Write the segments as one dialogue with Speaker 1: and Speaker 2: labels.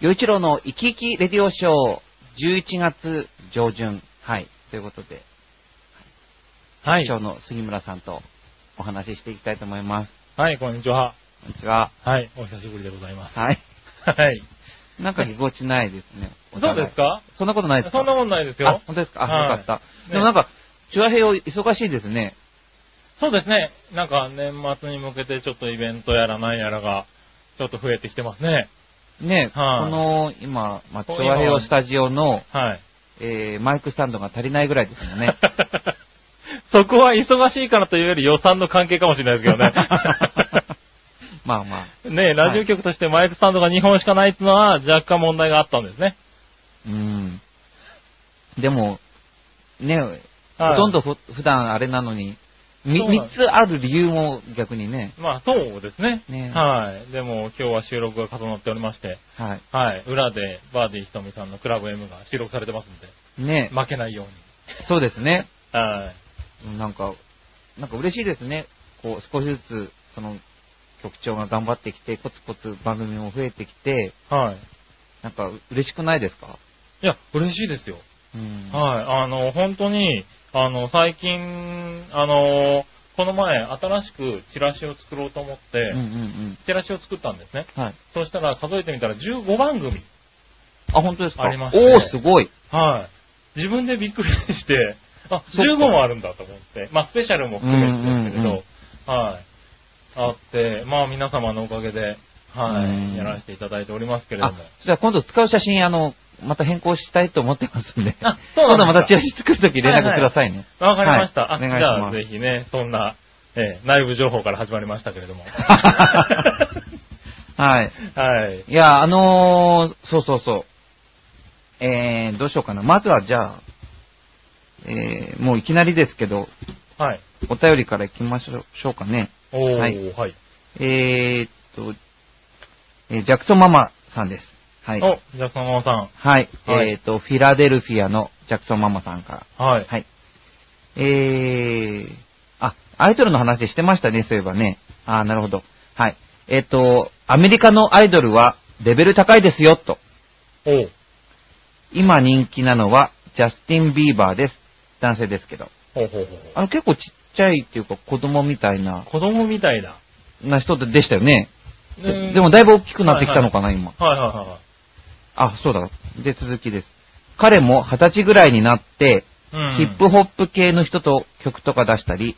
Speaker 1: 洋一郎の生き生きレディオショー、11月上旬。はい。ということで、
Speaker 2: は
Speaker 1: 今
Speaker 2: い。
Speaker 1: 日の杉村さんとお話ししていきたいと思います。
Speaker 2: はい、こんにちは。
Speaker 1: こんにちは。
Speaker 2: はい、お久しぶりでございま す。
Speaker 1: はい。
Speaker 2: はい。
Speaker 1: なんかぎこちないですね。お
Speaker 2: ど
Speaker 1: 互
Speaker 2: う
Speaker 1: い
Speaker 2: ですか
Speaker 1: そんなことないですか
Speaker 2: そんなもんないですよ
Speaker 1: あ、。本当ですかあ、
Speaker 2: はい
Speaker 1: よかった。
Speaker 2: ね
Speaker 1: でもなんか、チュアヘヨ忙しいですね。
Speaker 2: そうですね。なんか年末に向けてちょっとイベントやらなんやらが、ちょっと増えてきてますね。
Speaker 1: ね、
Speaker 2: は
Speaker 1: こ
Speaker 2: い
Speaker 1: の、今、まあ、チ
Speaker 2: こ
Speaker 1: ュ
Speaker 2: う
Speaker 1: アヘヨスタジオの、
Speaker 2: はい。
Speaker 1: えー、マイクスタンドが足りないぐらいですもんね。
Speaker 2: そこは忙しいからというより予算の関係かもしれないですけ どね。
Speaker 1: まあまあ。
Speaker 2: ねえ、ラジオ局としてマイクスタンドが2本しかないっていうのは若干問題があったんですね。
Speaker 1: うん。でも、ね、
Speaker 2: はい
Speaker 1: ほとんどふ普段あれなのに、み
Speaker 2: そうなん
Speaker 1: 三
Speaker 2: です
Speaker 1: つある理由も逆にね、
Speaker 2: まあそうですね。
Speaker 1: ねえ
Speaker 2: はい。でも今日は収録が重なっておりまして、
Speaker 1: は
Speaker 2: はい。裏でバーディーひとみさんのクラブ M が収録されてますんで。
Speaker 1: い。ね、
Speaker 2: 負けないように。
Speaker 1: そうですね。
Speaker 2: はい。
Speaker 1: なんか、なんか嬉しいですね。こう、少しずつ、その、局長が頑張ってきて、コツコツ番組も増えてきて、
Speaker 2: はい。
Speaker 1: なんか嬉しくないですか
Speaker 2: いや、嬉しいですよ。
Speaker 1: うん。
Speaker 2: はい。あの、本当に、あの、最近、あの、この前、新しくチラシを作ろうと思って、
Speaker 1: うんうん
Speaker 2: チラシを作ったんですね。
Speaker 1: うん。はい。
Speaker 2: そうしたら、数えてみたら15番組。
Speaker 1: あ、本当ですか
Speaker 2: ありましたね
Speaker 1: おー、すごい。
Speaker 2: はい。自分でびっくりして、あ、
Speaker 1: そっか
Speaker 2: 15もあるんだと思って、まあ、スペシャルも含めてですけ
Speaker 1: うんうん
Speaker 2: ど、はい。あって、まあ、皆様のおかげで、は
Speaker 1: うん
Speaker 2: い、やらせていただいておりますけれど
Speaker 1: あ
Speaker 2: も。、
Speaker 1: じゃあ今度使う写真、あの、また変更したいと思ってますんで。
Speaker 2: あそうなんですか
Speaker 1: 今度またチラシ作るとき連絡くださいね。
Speaker 2: わかりまし
Speaker 1: は
Speaker 2: た。
Speaker 1: い
Speaker 2: あ
Speaker 1: お願いし
Speaker 2: じゃ
Speaker 1: ま
Speaker 2: あ、
Speaker 1: す
Speaker 2: ぜ。ひね、そんな、えー内部情報から始まりましたけ れども。
Speaker 1: はい。
Speaker 2: はい。
Speaker 1: いや、あのー、そうそうそう。えー、どうしようかな。まずはじゃあ、えー、もういきなりですけど、
Speaker 2: はい。
Speaker 1: お便りからいきましょうしょうかね。
Speaker 2: おー、
Speaker 1: は
Speaker 2: はいい。
Speaker 1: えーっと、えージャクソンママさんです。はい。
Speaker 2: お、じゃあ、そのままさ
Speaker 1: はい。
Speaker 2: はい
Speaker 1: えーっと、フィラデルフィアのジャクソンママさんから。
Speaker 2: ん。はい。
Speaker 1: はい。えー、あ、アイドルの話してましたね、そういえばね。あーなるほど。はい。えーっと、アメリカのアイドルはレベル高いですよ、と。
Speaker 2: おー、
Speaker 1: 今人気なのは、ジャスティン・ビーバーです。男性ですけど。
Speaker 2: ほうほうほう
Speaker 1: あの、結構ちっちゃいっていうか、子供みたいな、
Speaker 2: 子供みたいだ。
Speaker 1: な人でしたよね。
Speaker 2: う
Speaker 1: で
Speaker 2: ん
Speaker 1: でも、だいぶ大きくなってきたのかな、今。
Speaker 2: はいはいはいは
Speaker 1: あ、そうだ。で、続きです。彼も二十歳ぐらいになって、
Speaker 2: い。
Speaker 1: ヒップホップ系の人と曲とか出したり、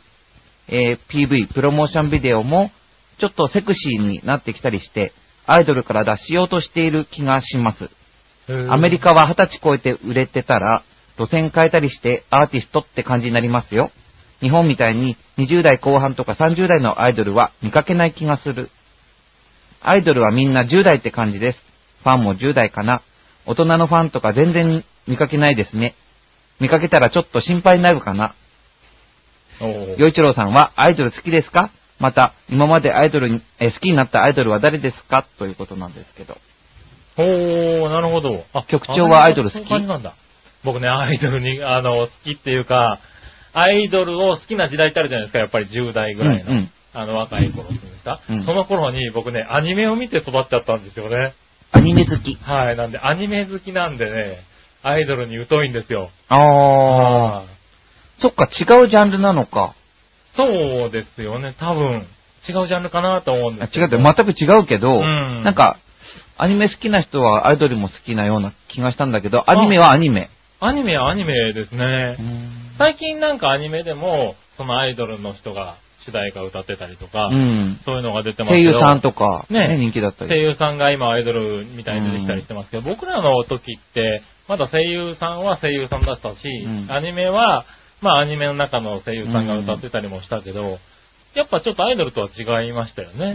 Speaker 1: えー PV、プロモーションビデオも、ちょっとセクシーになってきたりして、アイドルから脱しようとしている気がします。
Speaker 2: プ
Speaker 1: アメリカは二十歳超えて売れてたら、路線変えたりしてアーティストって感じになりますよ。日本みたいに20代後半とか30代のアイドルは見かけない気がする。アイドルはみんな10代って感じです。ファンも10代かな。大人のファンとか全然見かけないですね。見かけたらちょっと心配になるかな。
Speaker 2: おー
Speaker 1: 洋一郎さんはアイドル好きですかまた、今までアイドルに、え好きになったアイドルは誰ですかということなんですけど。
Speaker 2: おー、なるほど。あ
Speaker 1: 局長はアイドル好き
Speaker 2: あそういう感じなんだ。僕ね、アイドルに、あの、好きっていうか、アイドルを好きな時代ってあるじゃないですか、やっぱり10代ぐらいの。
Speaker 1: うんうん
Speaker 2: あの、若い頃っていうんですか、
Speaker 1: うん
Speaker 2: その頃に僕ね、アニメを見て育っちゃったんですよね。
Speaker 1: アニメ好き。
Speaker 2: はい。なんで、アニメ好きなんでね、アイドルに疎いんですよ。
Speaker 1: あー。そっか、違うジャンルなのか。
Speaker 2: そうですよね、多分。違うジャンルかなと思うん
Speaker 1: あ
Speaker 2: ですけ
Speaker 1: 違
Speaker 2: ど。
Speaker 1: うって、全く違うけど、
Speaker 2: うん
Speaker 1: なんか、アニメ好きな人はアイドルも好きなような気がしたんだけど、アニメはアニメ。
Speaker 2: アニメはアニメです
Speaker 1: う
Speaker 2: ね。
Speaker 1: ん
Speaker 2: 最近なんかアニメでも、そのアイドルの人が主題歌歌ってたりとか、
Speaker 1: うん。
Speaker 2: そういうのが出てます
Speaker 1: 声
Speaker 2: けど
Speaker 1: 優さんとか、ね
Speaker 2: ね
Speaker 1: 人気だった
Speaker 2: 声
Speaker 1: り。
Speaker 2: 優さんが今アイドルみたいに出てきたりしてますけど、僕らの時って、まだ声優さんは声優さんだったし、
Speaker 1: うん
Speaker 2: アニメは、まあアニメの中の声優さんが歌ってたりもしたけど、やっぱちょっとアイドルとは違いましたよ
Speaker 1: う。
Speaker 2: ね。うん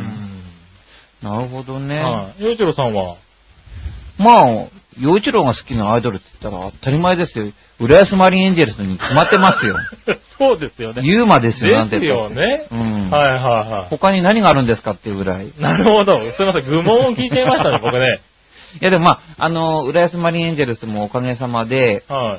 Speaker 2: ん。
Speaker 1: なるほどね。
Speaker 2: はい。洋一郎さん は、
Speaker 1: まあ、洋一郎が好きなアイドルって言ったら当たり前ですよ。浦安マリンエンジェルスに決まってます よ。
Speaker 2: そうですよね。
Speaker 1: ユーマですよ、なんて
Speaker 2: です
Speaker 1: 言った
Speaker 2: よ
Speaker 1: って。
Speaker 2: ね。
Speaker 1: うん。
Speaker 2: はいはいはい。
Speaker 1: 他に何があるんですかっていうぐらい。
Speaker 2: なるほど。すいません。愚問を聞いちゃいましたね、僕ね。
Speaker 1: いやでもまあ、あの、浦安マリンエンジェルスもおかげさまで、
Speaker 2: は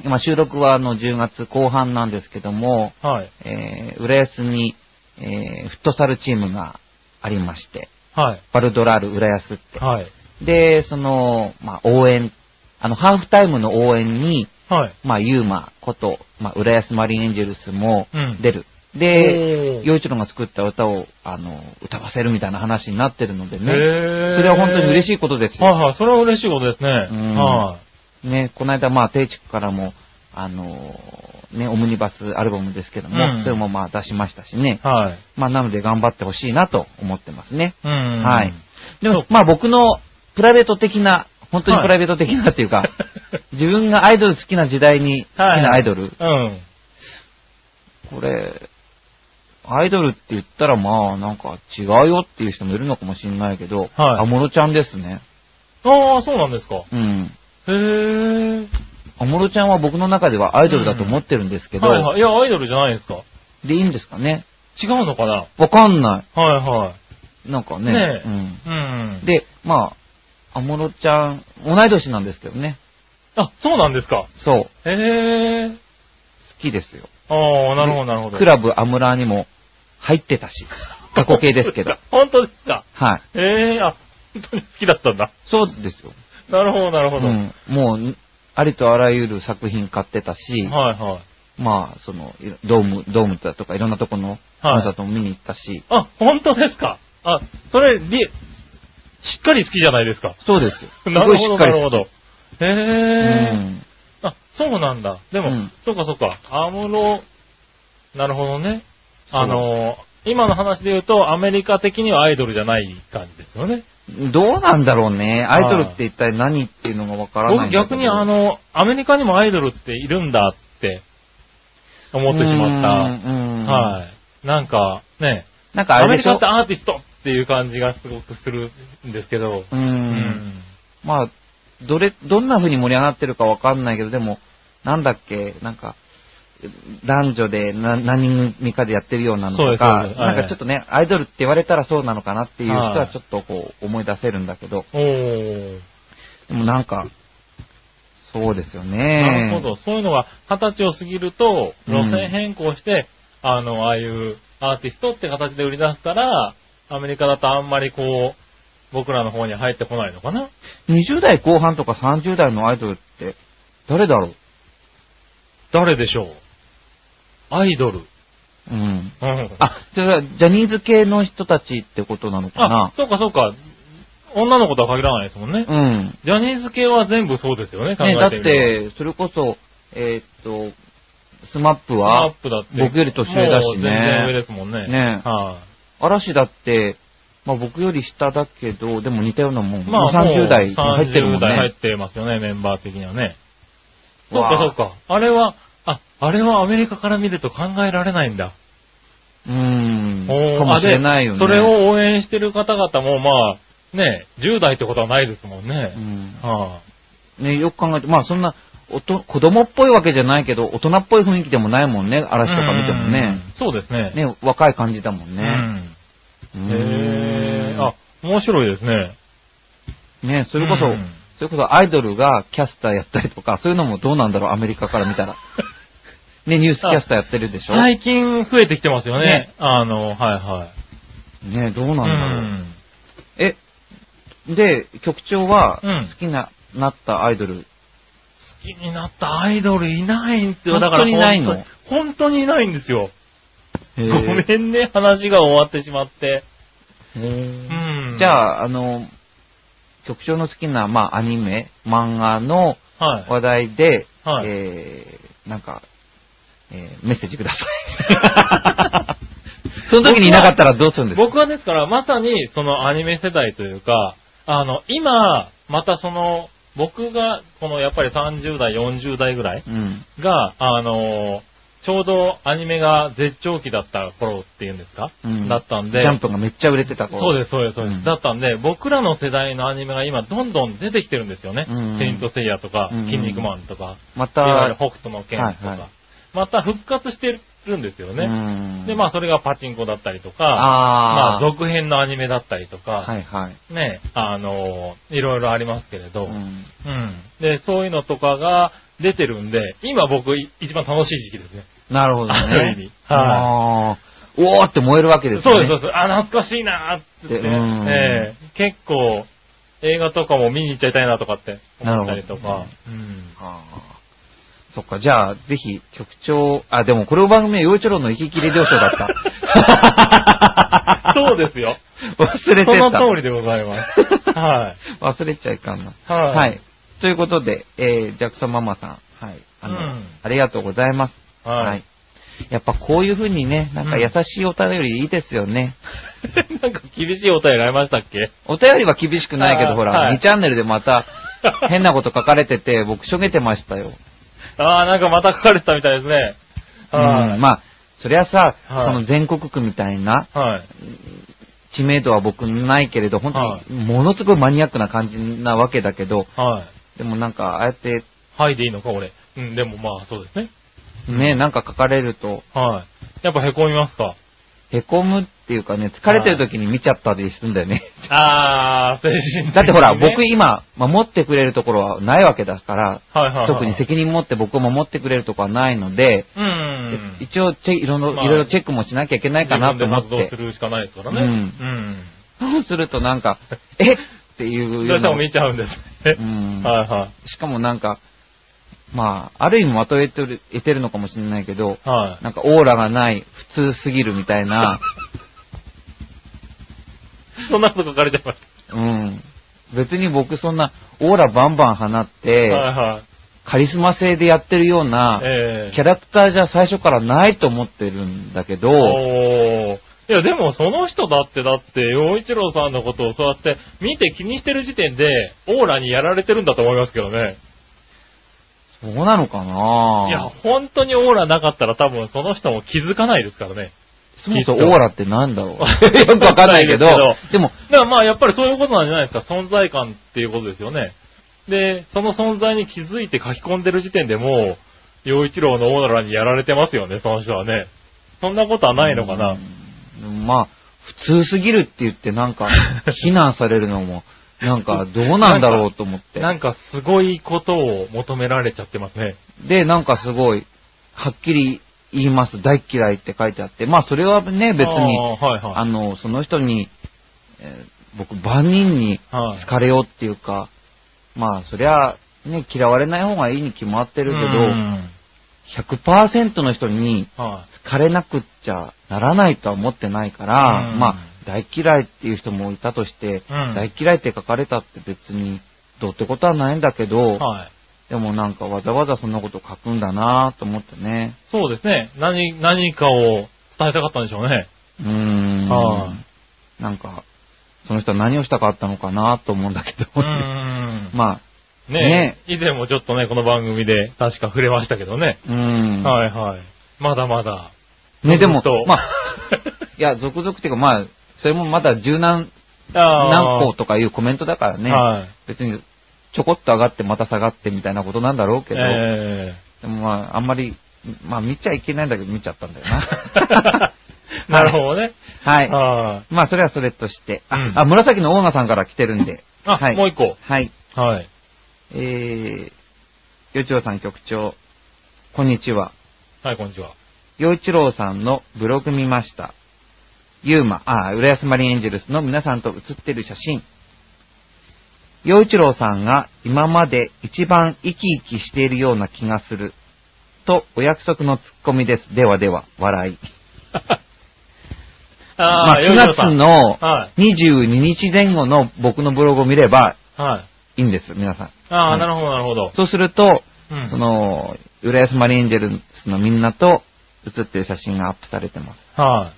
Speaker 2: い。
Speaker 1: 今収録はあの10月後半なんですけども、
Speaker 2: はい。
Speaker 1: えー、浦安に、えー、フットサルチームがありまして、
Speaker 2: はい。
Speaker 1: バルドラール浦安って。
Speaker 2: はい。
Speaker 1: で、その、まあ、応援、あの、ハーフタイムの応援に、
Speaker 2: はい。
Speaker 1: まあ、ユーマこと、まあ、浦安マリンエンジェルスも
Speaker 2: うん
Speaker 1: 出る。で、
Speaker 2: おー
Speaker 1: 洋一郎が作った歌を、あの、歌わせるみたいな話になってるので
Speaker 2: へ
Speaker 1: ね、それは本当に嬉し
Speaker 2: い。
Speaker 1: いことですよ。
Speaker 2: はいはい。それは嬉しいことですね。
Speaker 1: ん
Speaker 2: は
Speaker 1: ね、この間、まあ、定地区からも、あのーね、オムニバスアルバムですけども、
Speaker 2: うん
Speaker 1: それもまあ出しましたしね。
Speaker 2: い。はい。
Speaker 1: まあ、なので頑張ってほしいなと思ってますね。
Speaker 2: うん。
Speaker 1: はい。で
Speaker 2: そ う
Speaker 1: も、まあ僕のプライベート的な、本当に
Speaker 2: は
Speaker 1: プ
Speaker 2: い
Speaker 1: ライベート的なっていうか、 自分がアイドル好きな時代に、好き
Speaker 2: はい
Speaker 1: なアイドル、
Speaker 2: うん。
Speaker 1: これ、アイドルって言ったらまあなんか違うよっていう人もいるのかもしれないけど、
Speaker 2: は
Speaker 1: 安
Speaker 2: い
Speaker 1: 室ちゃんですね。
Speaker 2: ああ、そうなんですか。
Speaker 1: うん。
Speaker 2: へえ。
Speaker 1: 安室ちゃんは僕の中ではアイドルだと思ってるんですけど、
Speaker 2: はいはい。いや、アイドルじゃないですか。
Speaker 1: でいいんですかね
Speaker 2: 違うのかな
Speaker 1: わかんな。
Speaker 2: はいはい
Speaker 1: なんか
Speaker 2: い。
Speaker 1: ね。
Speaker 2: ねえ。
Speaker 1: うん、
Speaker 2: うん。
Speaker 1: で、まあ、安室ちゃん、同い年なんですけどね。
Speaker 2: あ、そうなんですか。
Speaker 1: そう。好
Speaker 2: へえ。
Speaker 1: きですよ。
Speaker 2: ああ、なるほど、なるほど。
Speaker 1: クラブアムラーにも入って たし、過去形ですけど。。
Speaker 2: 本当ですか。
Speaker 1: はい。
Speaker 2: ええあ、本当に好きだったんだ。
Speaker 1: そうですよ。
Speaker 2: なるほど、なる
Speaker 1: う
Speaker 2: ほど。
Speaker 1: ん、もう、ありとあらゆる作品買ってたし、
Speaker 2: はいはい。
Speaker 1: まあ、その、いろドーム、ドームだとかいろんなとこのコンサートも見に行ったし、
Speaker 2: あ、本当ですか。あ、それ、り、しっかり好きじゃないですか。
Speaker 1: そうですよ。す
Speaker 2: な
Speaker 1: ご
Speaker 2: る
Speaker 1: いし
Speaker 2: ほど、
Speaker 1: っか
Speaker 2: な
Speaker 1: り
Speaker 2: るほ
Speaker 1: 好き。
Speaker 2: ど。へえ、
Speaker 1: うん。
Speaker 2: あ、そうなんだ。でも、
Speaker 1: うん
Speaker 2: そうかそうか。アムロ、なるほどね。
Speaker 1: そう
Speaker 2: あの、今の話で言うと、アメリカ的にはアイドルじゃない感じですよね。
Speaker 1: どうなんだろうね。アイドルって一体何っていうのがわからない
Speaker 2: 僕
Speaker 1: んだけど。
Speaker 2: 逆にあの、アメリカにもアイドルっているんだって思ってしまっ
Speaker 1: うーん。う
Speaker 2: た。
Speaker 1: ん
Speaker 2: はい。なんか、ね、
Speaker 1: なんかあ
Speaker 2: ア
Speaker 1: れ
Speaker 2: メ
Speaker 1: でし
Speaker 2: リカ
Speaker 1: ょ
Speaker 2: って。アーティストっていう感じがすごくするんですけど、
Speaker 1: う。
Speaker 2: うんん。
Speaker 1: まあ、どれ、どんな風に盛り上がってるかわかんないけど、でも、なんだっけ、なんか、男女でな何人組かでやってるようなの
Speaker 2: そう
Speaker 1: と
Speaker 2: です
Speaker 1: か、
Speaker 2: そうです
Speaker 1: なん
Speaker 2: は
Speaker 1: か
Speaker 2: い
Speaker 1: ちょっとね、アイドルって言われたらそうなのかなっていう人
Speaker 2: は
Speaker 1: はいちょっとこう思い出せるんだけど、
Speaker 2: おー。
Speaker 1: でもなんか、そうですよね。
Speaker 2: なるほど。そういうのが二十歳を過ぎると、
Speaker 1: うん
Speaker 2: 路線変更して、あの、ああいうアーティストって形で売り出すから、アメリカだとあんまりこう、僕らの方には入ってこないのかな
Speaker 1: 20代後半とか30代のアイドルって、誰だろう
Speaker 2: 誰でしょうアイドル。
Speaker 1: うん。
Speaker 2: うん。
Speaker 1: あ、それはジャニーズ系の人たちってことなのか
Speaker 2: あ
Speaker 1: な、
Speaker 2: そうかそうか。女の子とは限らないですもんね。
Speaker 1: うん。
Speaker 2: ジャニーズ系は全部そうですよね、考
Speaker 1: ね、
Speaker 2: え
Speaker 1: だって
Speaker 2: みれ
Speaker 1: て、それこそ、えーっと、スマップ
Speaker 2: ば。
Speaker 1: は
Speaker 2: アッ、プだって。
Speaker 1: 僕より年上だしね
Speaker 2: もう全然上ですもんね。
Speaker 1: ね
Speaker 2: は
Speaker 1: 嵐だって、まあ僕より下だけど、でも似たようなもん。
Speaker 2: い。まあ、もう
Speaker 1: 30代入ってるもん
Speaker 2: 30代入
Speaker 1: ね。
Speaker 2: ってますよね、メンバー的にはね。そう
Speaker 1: わ
Speaker 2: か
Speaker 1: あ
Speaker 2: そうか。あれは、あ、あれはアメリカから見ると考えられないんだ。
Speaker 1: うーん。
Speaker 2: おー
Speaker 1: かもしれないよね。
Speaker 2: あでそれ、を応援してる方々も、まあ、ね、10代ってことはないですもんね
Speaker 1: う。ん。
Speaker 2: は
Speaker 1: ね、よく考えて、まあそんな、おと子供っぽいわけじゃないけど、大人っぽい雰囲気でもないもんね、
Speaker 2: い。
Speaker 1: 嵐とか見てもね。
Speaker 2: うん。そうですね。
Speaker 1: ね、若い感じだもん
Speaker 2: う
Speaker 1: ね。
Speaker 2: ん。
Speaker 1: う
Speaker 2: へ
Speaker 1: ー
Speaker 2: え。
Speaker 1: ん
Speaker 2: あ、面白いですね。
Speaker 1: ね、それこそ、
Speaker 2: うん
Speaker 1: それこそアイドルがキャスターやったりとか、そういうのもどうなんだろう、アメリカから見た ら。ね、ニュースキャスターやってるでしょ
Speaker 2: 最近増えてきてますよね。
Speaker 1: ね
Speaker 2: あの、はいはい。
Speaker 1: ね、どうなんだろ
Speaker 2: う
Speaker 1: う。
Speaker 2: ん。
Speaker 1: え、で、局長は
Speaker 2: うん
Speaker 1: 好きな、なったアイドル。
Speaker 2: 好きになったアイドルいないんですよ。だから
Speaker 1: 本当にないの
Speaker 2: 本当に本当にいないんですよ。
Speaker 1: ご
Speaker 2: ごめんね、話が終わってしまって。うん。
Speaker 1: じゃあ、あの、局長の好きな、まあ、アニメ、漫画の
Speaker 2: あ、はい。
Speaker 1: 話題で、
Speaker 2: はい
Speaker 1: えー、なんか、えーメッセージください。その時にいなかったらどうするんですか
Speaker 2: 僕はですから、まさにそのアニメ世代というか、あの、今、またその、僕が、このやっぱり30代、40代ぐらい
Speaker 1: うん。
Speaker 2: が、あの、ちょうどアニメが絶頂期だった頃っていうんですか、
Speaker 1: うん
Speaker 2: だったん
Speaker 1: ジ
Speaker 2: で。
Speaker 1: ャンプがめっちゃ売れてた頃。
Speaker 2: そうです、そうです、そうです。
Speaker 1: うん
Speaker 2: だったんで、僕らの世代のアニメが今どんどん出てきてるんですよね。
Speaker 1: うん
Speaker 2: セイントセイヤとか、
Speaker 1: うん
Speaker 2: 筋肉マンとか、
Speaker 1: ま
Speaker 2: いわゆる
Speaker 1: た、
Speaker 2: 北斗の剣とか、
Speaker 1: はいはい
Speaker 2: また復活してるんですよね。
Speaker 1: ね
Speaker 2: で、まあ、それがパチンコだったりとか、ま
Speaker 1: あ
Speaker 2: あ
Speaker 1: あ、
Speaker 2: 続編のアニメだったりとか、
Speaker 1: はいはい。
Speaker 2: ね、あの、いろいろありますけれど、
Speaker 1: う
Speaker 2: うん、
Speaker 1: ん
Speaker 2: で、そういうのとかが出てるんで、今僕い一番楽しい時期ですね。
Speaker 1: なるほど
Speaker 2: ある意
Speaker 1: ね
Speaker 2: 味。
Speaker 1: ああー、おおって燃えるわけです
Speaker 2: そう
Speaker 1: よ
Speaker 2: で
Speaker 1: ね。
Speaker 2: す、そうです。あ、懐かしいなーって言って、
Speaker 1: うん
Speaker 2: ええ結構、映画とかも見に行っちゃいたいなとかって思ったりと
Speaker 1: なる
Speaker 2: か。 うん。
Speaker 1: ああ。そっか、じゃあ、ぜひ、局長、あ、でもこの番組は洋一郎の行き切れ了承だった。
Speaker 2: そうですよ。
Speaker 1: 忘れてた。
Speaker 2: その通りでございます。はい。
Speaker 1: 忘れちゃいかんな。
Speaker 2: はい
Speaker 1: はい。ということで、えー、ジャクソンママさん、はい。あの、
Speaker 2: うん
Speaker 1: ありがとうございます。
Speaker 2: はい
Speaker 1: やっぱこういう風にね、なんか優しいお便りいいですよね。
Speaker 2: なんか厳しいお便りありましたっけ
Speaker 1: お便りは厳しくないけ
Speaker 2: あ
Speaker 1: ど、
Speaker 2: ー
Speaker 1: ほら、
Speaker 2: はい
Speaker 1: 2チャンネルでま た、変なこと書かれてて、僕しょげてましたよ。
Speaker 2: ああ、なんかまた書かれてたみたいですね。は
Speaker 1: う
Speaker 2: い。
Speaker 1: ん、まあ、そりゃさ、
Speaker 2: はい
Speaker 1: その全国区みたいな
Speaker 2: はい。
Speaker 1: 知名度は僕ないけれど、本
Speaker 2: は
Speaker 1: 当にものすごいマニアックな感じなわけだけど、
Speaker 2: はい。
Speaker 1: でもなんか、ああやって、
Speaker 2: はいでいいのか、俺。うん、でもまあ、そうですね。
Speaker 1: ね、なんか書かれると、
Speaker 2: はい。やっぱ凹みますか
Speaker 1: へこむっていうかね、疲れてる時に見ちゃったりするんだよね。
Speaker 2: ああ、精神的にね
Speaker 1: だって ほら、
Speaker 2: は
Speaker 1: 僕
Speaker 2: い
Speaker 1: 今、守ってくれるところはないわけだから、
Speaker 2: はいは い。
Speaker 1: 特に責任持って僕を守ってくれるところはないので、
Speaker 2: うん。
Speaker 1: 一応チェいろいろ、
Speaker 2: まあ
Speaker 1: いろいろチェックもしなきゃいけないかなと思っ
Speaker 2: 自分で
Speaker 1: て
Speaker 2: 活動す、るしかないですからね。
Speaker 1: うん
Speaker 2: うん。
Speaker 1: そうするとなんか、 えっていう
Speaker 2: どうして
Speaker 1: の
Speaker 2: も見ちゃうんですね
Speaker 1: う。ん
Speaker 2: はいは
Speaker 1: しかもなんか、まあ、ある意味まとえてる、得てるのかもしれないけど、
Speaker 2: い。は
Speaker 1: なんかオーラがない、普通すぎるみたい な、
Speaker 2: い。そんなこと書かれちゃいまし。
Speaker 1: うん。別に僕そんな、オーラバンバン放ったて、
Speaker 2: はいはい。
Speaker 1: カリスマ性でやってるような、
Speaker 2: え
Speaker 1: キャラクターじゃ最初からないと思ってるんだけど、
Speaker 2: おーいや、でもその人だって、だって、洋一郎さんのことをそうやって見て気にしてる時点で、オーラにやられてるんだと思いますけどね。
Speaker 1: そうなのかない
Speaker 2: や、本当にオーラなかったら多分その人も気づかないですからね。
Speaker 1: そもそ
Speaker 2: きっ
Speaker 1: も
Speaker 2: と
Speaker 1: オーラってなんだ ろうよくわかんないけど
Speaker 2: わかんないで す、
Speaker 1: でも、
Speaker 2: だからまあやっぱりそういうことなんじゃないですか。存在感っていうことですよね。で、その存在に気づいて書き込んでる時点でもう、洋一郎のオーラにやられてますよね、その人はね。そんなことはないのかな。
Speaker 1: うんまあ、普通すぎるって言ってなん か、非難されるのも、なんかどうなんだろうと思って。
Speaker 2: なんかすごいことを求められちゃってますね。
Speaker 1: で、なんかすごい、はっきり言います、大っ嫌いって書いてあって、まあそれはね、別に、
Speaker 2: あーはいはい
Speaker 1: あ。の、その人に、えー僕、万人に
Speaker 2: はい
Speaker 1: 好かれようっていうか、まあそりゃ、ね、嫌われない方がいいに決まってる
Speaker 2: うん
Speaker 1: けど、100%の人に
Speaker 2: は
Speaker 1: 好かれなくっちゃならないとは思ってないから、
Speaker 2: うん
Speaker 1: まあ、大嫌いっていう人もいたとして、
Speaker 2: うん
Speaker 1: 大嫌いって書かれたって別に、どうってことはないんだけど、
Speaker 2: い。はい。
Speaker 1: でもなんかわざわざそんなこと書くんだなと思ってね。
Speaker 2: そうですね。何、何かを伝えたかったんでしょうね。
Speaker 1: うーん。
Speaker 2: は
Speaker 1: なんか、その人は何をしたかったのかなと思うんだけど。
Speaker 2: うん。
Speaker 1: まあ、
Speaker 2: ねえ、以前もちょっとね、この番組で確か触れましたけどね。
Speaker 1: うーん。
Speaker 2: はいはい。まだまだ。
Speaker 1: ね、でも
Speaker 2: ずっと、
Speaker 1: ま あ、いや、続々っていうか、まあ、それもまだ柔軟
Speaker 2: あー
Speaker 1: 何個とかいうコメントだからね。
Speaker 2: はい。
Speaker 1: 別に、ちょこっと上がってまた下がってみたいなことなんだろうけど、
Speaker 2: え
Speaker 1: でもまあ、あんまり、まあ見ちゃいけないんだけど見ちゃったんだよな。
Speaker 2: えなるほどね。
Speaker 1: はい。
Speaker 2: はい。
Speaker 1: まあ、それはそれとして。あ、
Speaker 2: うん
Speaker 1: あ紫のオーナーさんから来てるんで。
Speaker 2: あ、
Speaker 1: はい。
Speaker 2: もう一個。
Speaker 1: はい。
Speaker 2: はい。
Speaker 1: えー、よちろさん局長、こんにちは。
Speaker 2: はい、こんにちは。
Speaker 1: よ一郎さんのブログ見ました。ユーマ、あ、浦安マリンエンジェルスの皆さんと写ってる写真。よ一郎さんが今まで一番生き生きしているような気がする。と、お約束のツッコミです。ではでは、笑い。ま
Speaker 2: あ
Speaker 1: あ、
Speaker 2: あ、
Speaker 1: 9
Speaker 2: よいしょさ
Speaker 1: 月
Speaker 2: ん。
Speaker 1: の
Speaker 2: は
Speaker 1: 22日前後の僕のブログを見れば
Speaker 2: い。はい。
Speaker 1: いいんです、皆さん。
Speaker 2: あ
Speaker 1: は
Speaker 2: あ、
Speaker 1: い
Speaker 2: なるほど、なるほど。
Speaker 1: そうすると、
Speaker 2: うん
Speaker 1: その、浦安マリンエンジェルスのみんなと写ってる写真がアップされてます。
Speaker 2: は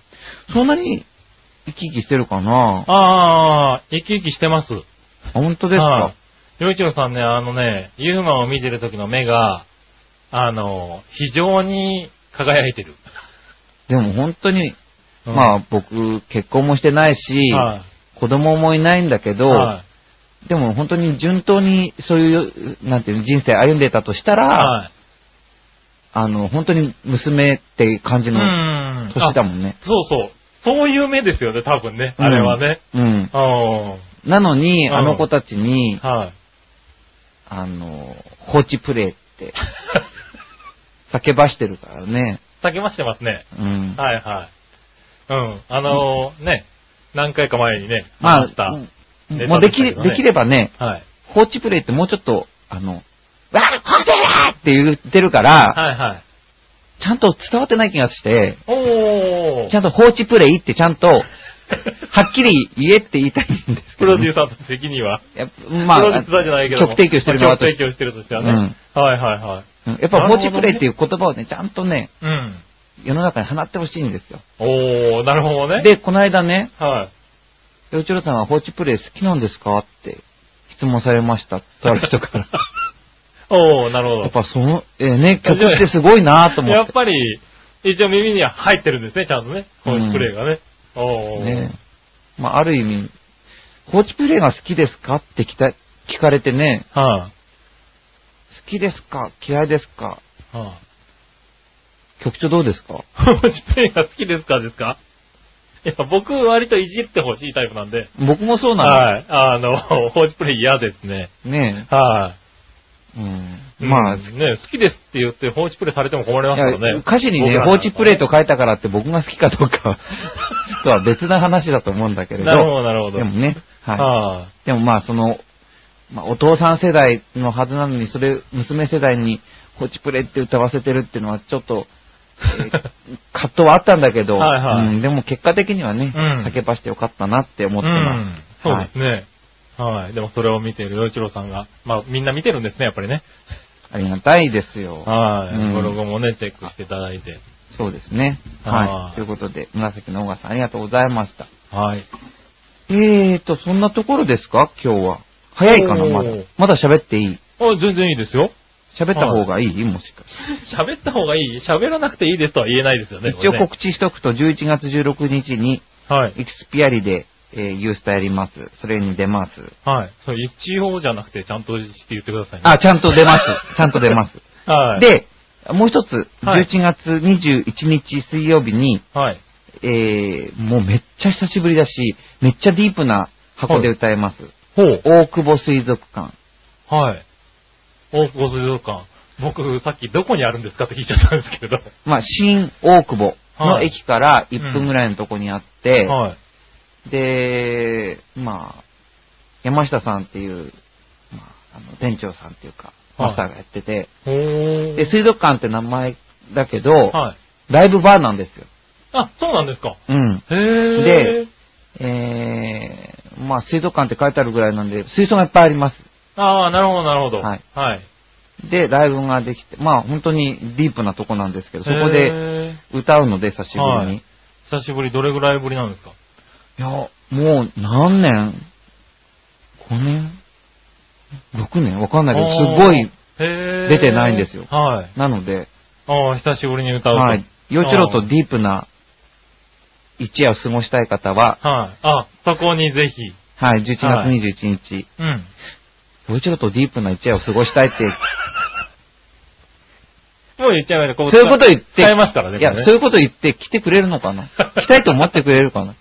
Speaker 2: い。
Speaker 1: そんなに生き生きしてるかなあ、
Speaker 2: ああ、生き生きしてます。
Speaker 1: 本当です
Speaker 2: は
Speaker 1: か
Speaker 2: い。洋一郎さんね、あのね、ユーマを見てる時の目が、あの、非常に輝いてる。
Speaker 1: でも本当に、
Speaker 2: うん
Speaker 1: まあ僕結婚もしてないし、
Speaker 2: は
Speaker 1: 子供もいないんだけ
Speaker 2: い。
Speaker 1: ど、
Speaker 2: はい
Speaker 1: でも本当に順当にそういう、なんていうの人生歩んでたとしたら、
Speaker 2: はい。
Speaker 1: あの、本当に娘って感じ
Speaker 2: う
Speaker 1: の
Speaker 2: ん。
Speaker 1: 年だもんね
Speaker 2: あ。そうそう。そういう目ですよね、多分ね。あれはね。
Speaker 1: うん。
Speaker 2: うん。
Speaker 1: なのに、
Speaker 2: うん
Speaker 1: あの子たちに、
Speaker 2: はい。
Speaker 1: あの、放置プレイ って、叫ばしてるからね。
Speaker 2: 叫ばしてますね。
Speaker 1: うん。
Speaker 2: はいはい。うん。あのーね、何回か前にね、
Speaker 1: ま
Speaker 2: 話し
Speaker 1: あ
Speaker 2: た。、
Speaker 1: うん
Speaker 2: ネ
Speaker 1: も
Speaker 2: タ
Speaker 1: うで
Speaker 2: で
Speaker 1: き
Speaker 2: し
Speaker 1: れ、
Speaker 2: たけどね
Speaker 1: できればね、
Speaker 2: はい。
Speaker 1: 放置プレイってもうちょっと、あの、わー放置だって言ってるから、
Speaker 2: はいはい。
Speaker 1: ちゃんと伝わってない気がして、
Speaker 2: おー
Speaker 1: ちゃんと放置プレイってちゃんと、はっきり言えって言いたいんですけ
Speaker 2: プ
Speaker 1: ど
Speaker 2: ロ
Speaker 1: ね、
Speaker 2: デューサーと的には。
Speaker 1: やっぱまあ、
Speaker 2: プロデューサーじゃないけども。
Speaker 1: 曲提供してる
Speaker 2: まあ
Speaker 1: 側
Speaker 2: 曲
Speaker 1: として。
Speaker 2: 提供してるとしてはね。はいはいは
Speaker 1: う
Speaker 2: い。
Speaker 1: んやっぱ放置プレイっていう言葉をね、ちゃんとね、
Speaker 2: うん。
Speaker 1: 世の中に放ってほしいんですよ。
Speaker 2: おー、なるほどね。
Speaker 1: で、この間ね、
Speaker 2: はい。
Speaker 1: 洋一郎さんは放置プレイ好きなんですかって質問されました。とある人 から。
Speaker 2: おー、なるほど
Speaker 1: やっ。ぱその、えーね、曲ってすごいなと思
Speaker 2: や
Speaker 1: っ。
Speaker 2: ってぱり、一応耳には入ってるんですね、ちゃんとね。このスプレーがね。おー。
Speaker 1: ねまあ、ある意味、放置プレイが好きですかって聞た聞かれてね、
Speaker 2: はい、
Speaker 1: 好きですか嫌いですか
Speaker 2: はい、
Speaker 1: 局長どうですか
Speaker 2: 放置プレイが好きですかですかいや、僕割といじってほしいタイプなんで。
Speaker 1: 僕もそうな
Speaker 2: はい。あの、放置プレイ嫌ですね。
Speaker 1: の。ね
Speaker 2: は
Speaker 1: え。うん。
Speaker 2: い。
Speaker 1: まあ
Speaker 2: う、んね、好きですって言って放置プレイされても困りますから
Speaker 1: いや
Speaker 2: ね。
Speaker 1: 歌詞にね、放置プレイと書いたからって僕が好きかどうか とは別な話だと思うんだけ
Speaker 2: イ
Speaker 1: れど。
Speaker 2: なるほど、なるほど。
Speaker 1: でもね、はい。
Speaker 2: は
Speaker 1: でもまあその、まあ、お父さん世代のはずなのに、それ、娘世代に、放置プレイって歌わせてるっていうのは、ちょっと、えー葛藤はあったんだけど、
Speaker 2: はいはい
Speaker 1: うんでも結果的にはね、
Speaker 2: うん
Speaker 1: 叫ばしてよかったなって思
Speaker 2: い。
Speaker 1: ってま
Speaker 2: ん。そうですね。はい。でもそれを見ている洋一郎さんが、まあみんな見てるんですね、やっぱりね。
Speaker 1: す。ありがたいですよ。
Speaker 2: はい。
Speaker 1: うん
Speaker 2: ブログもね、チェックしていただいて。
Speaker 1: そうですね。
Speaker 2: は
Speaker 1: はいい。ということで、紫の小川さんありがとうございました。
Speaker 2: はい。
Speaker 1: えーと、そんなところですか今日は。早いかな、
Speaker 2: おー
Speaker 1: まだ。まだ喋っていい
Speaker 2: あ、全然いいですよ。
Speaker 1: 喋った方がいいもしかして
Speaker 2: 喋った方がいい喋らなくていいですとは言えないですよね。
Speaker 1: 一応
Speaker 2: これね
Speaker 1: 告知しとくと、11月16日に、
Speaker 2: はい。
Speaker 1: エクスピアリで、えーユースタやります。それに出ます。
Speaker 2: はい。そう、一応じゃなくて、ちゃんとして言ってくださいね。
Speaker 1: あ、ちゃんと出ます。ちゃんと出ます。
Speaker 2: はい。、
Speaker 1: で、もう一つ、
Speaker 2: はい
Speaker 1: 11月21日水曜日に、
Speaker 2: はい。
Speaker 1: えー、もうめっちゃ久しぶりだし、めっちゃディープな箱で歌えます。
Speaker 2: ほう。
Speaker 1: 大久保水族館。
Speaker 2: はい。大久保水族館。僕、さっきどこにあるんですかって聞いちゃったんですけれど。
Speaker 1: まあ、新大久保の
Speaker 2: はい
Speaker 1: 駅から1分ぐらいのとこにあって、
Speaker 2: はい。
Speaker 1: で、まあ、山下さんっていう、まあ、あの店長さんっていうか、
Speaker 2: はい
Speaker 1: マスターがやってて、
Speaker 2: ほー
Speaker 1: で、水族館って名前だけど、
Speaker 2: はい。
Speaker 1: ライブバーなんですよ。
Speaker 2: あ、そうなんですか。
Speaker 1: うん。
Speaker 2: へー。
Speaker 1: で、えー、まあ水族館って書いてあるぐらいなんで、水槽がいっぱいありま
Speaker 2: ああ、なるほど、なるほど。
Speaker 1: はい。
Speaker 2: はい。
Speaker 1: す。で、ライブができて、まあ本当にディープなとこなんですけど、そこで
Speaker 2: へ
Speaker 1: 歌うので、久しぶりに。
Speaker 2: はい
Speaker 1: い、
Speaker 2: ー。久しぶり、どれぐらいぶりなんですか
Speaker 1: や、もう何年 ?5 年 ?6 年わかんないけど、すごい、
Speaker 2: あー。へー
Speaker 1: 出てないんですよ
Speaker 2: はい。
Speaker 1: なので、
Speaker 2: ああ、久しぶりに歌うと。
Speaker 1: はい。洋一郎とディープな一夜を過ごしたい方は、
Speaker 2: はい。あ、そこにぜひ。
Speaker 1: はい、11月21日、
Speaker 2: うん。
Speaker 1: 洋一郎とディープな一夜を過ごしたいって、
Speaker 2: もう言っちゃいました。こ
Speaker 1: そういうこと言って、
Speaker 2: 使えますからね。
Speaker 1: いや、
Speaker 2: これね
Speaker 1: そういうこと言って来てくれるのか な来たいと思ってくれるかな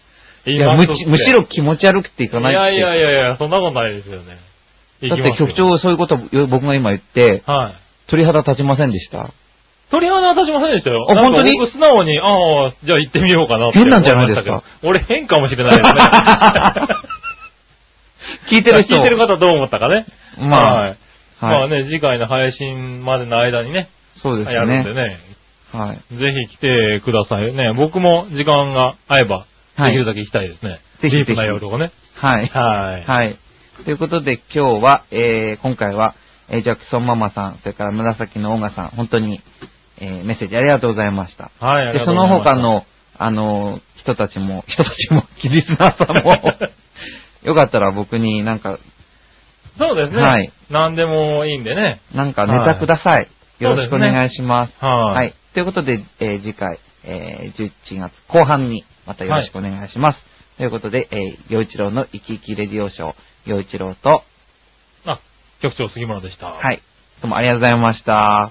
Speaker 1: いい
Speaker 2: や
Speaker 1: やむち、むしろ
Speaker 2: い
Speaker 1: 気持ち悪くていかないって。
Speaker 2: やいやいやいや、そんなことないですよね。
Speaker 1: だって局
Speaker 2: 行き
Speaker 1: 長そういうことを僕が今言って、
Speaker 2: ますよ。はい。
Speaker 1: 鳥肌立ちませんで した
Speaker 2: 鳥肌は立ちませんでしたよ。
Speaker 1: あ
Speaker 2: なんか
Speaker 1: 本当に
Speaker 2: 僕素直に、ああ、じゃあ行ってみようかなって
Speaker 1: 変なんじゃないですか
Speaker 2: 思ましたけど俺変かもしれない です
Speaker 1: 聞いて
Speaker 2: ね。
Speaker 1: る人。
Speaker 2: 聞いてる方どう思ったかね。
Speaker 1: まあ、は
Speaker 2: はいい。。まあね、次回の配信までの間にね、
Speaker 1: そうです
Speaker 2: やるんで
Speaker 1: ね。
Speaker 2: ね、
Speaker 1: はい。
Speaker 2: ぜひ来てくださいね。僕も時間が合えば、
Speaker 1: はい
Speaker 2: できるだけ行きたいですね。
Speaker 1: ぜひぜひ
Speaker 2: ディープな夜をね。
Speaker 1: はい。
Speaker 2: はい。
Speaker 1: はい。ということで今日は、えー、今回は、えージャクソンママさん、それから紫のオガさん、本当に、えー、メッセージありがとうございました。
Speaker 2: はい、あり
Speaker 1: で、
Speaker 2: がと
Speaker 1: そう
Speaker 2: ご
Speaker 1: の
Speaker 2: ざいました
Speaker 1: 他、の、あの、人たちも、 人たちも、キリスナーさん も、よかったら僕になんか、
Speaker 2: そうですね。
Speaker 1: はい
Speaker 2: 何でもいいんでね。
Speaker 1: なんかネタください。
Speaker 2: い
Speaker 1: よろしくお願いします。
Speaker 2: はい。
Speaker 1: はい。ということで、えー次回、えー11月後半に、またよろしくお願いします。ということで、えー、洋一郎の生き生きレディオショー、洋一郎と、
Speaker 2: あ、局長杉村でした。
Speaker 1: はい。どうもありがとうございました。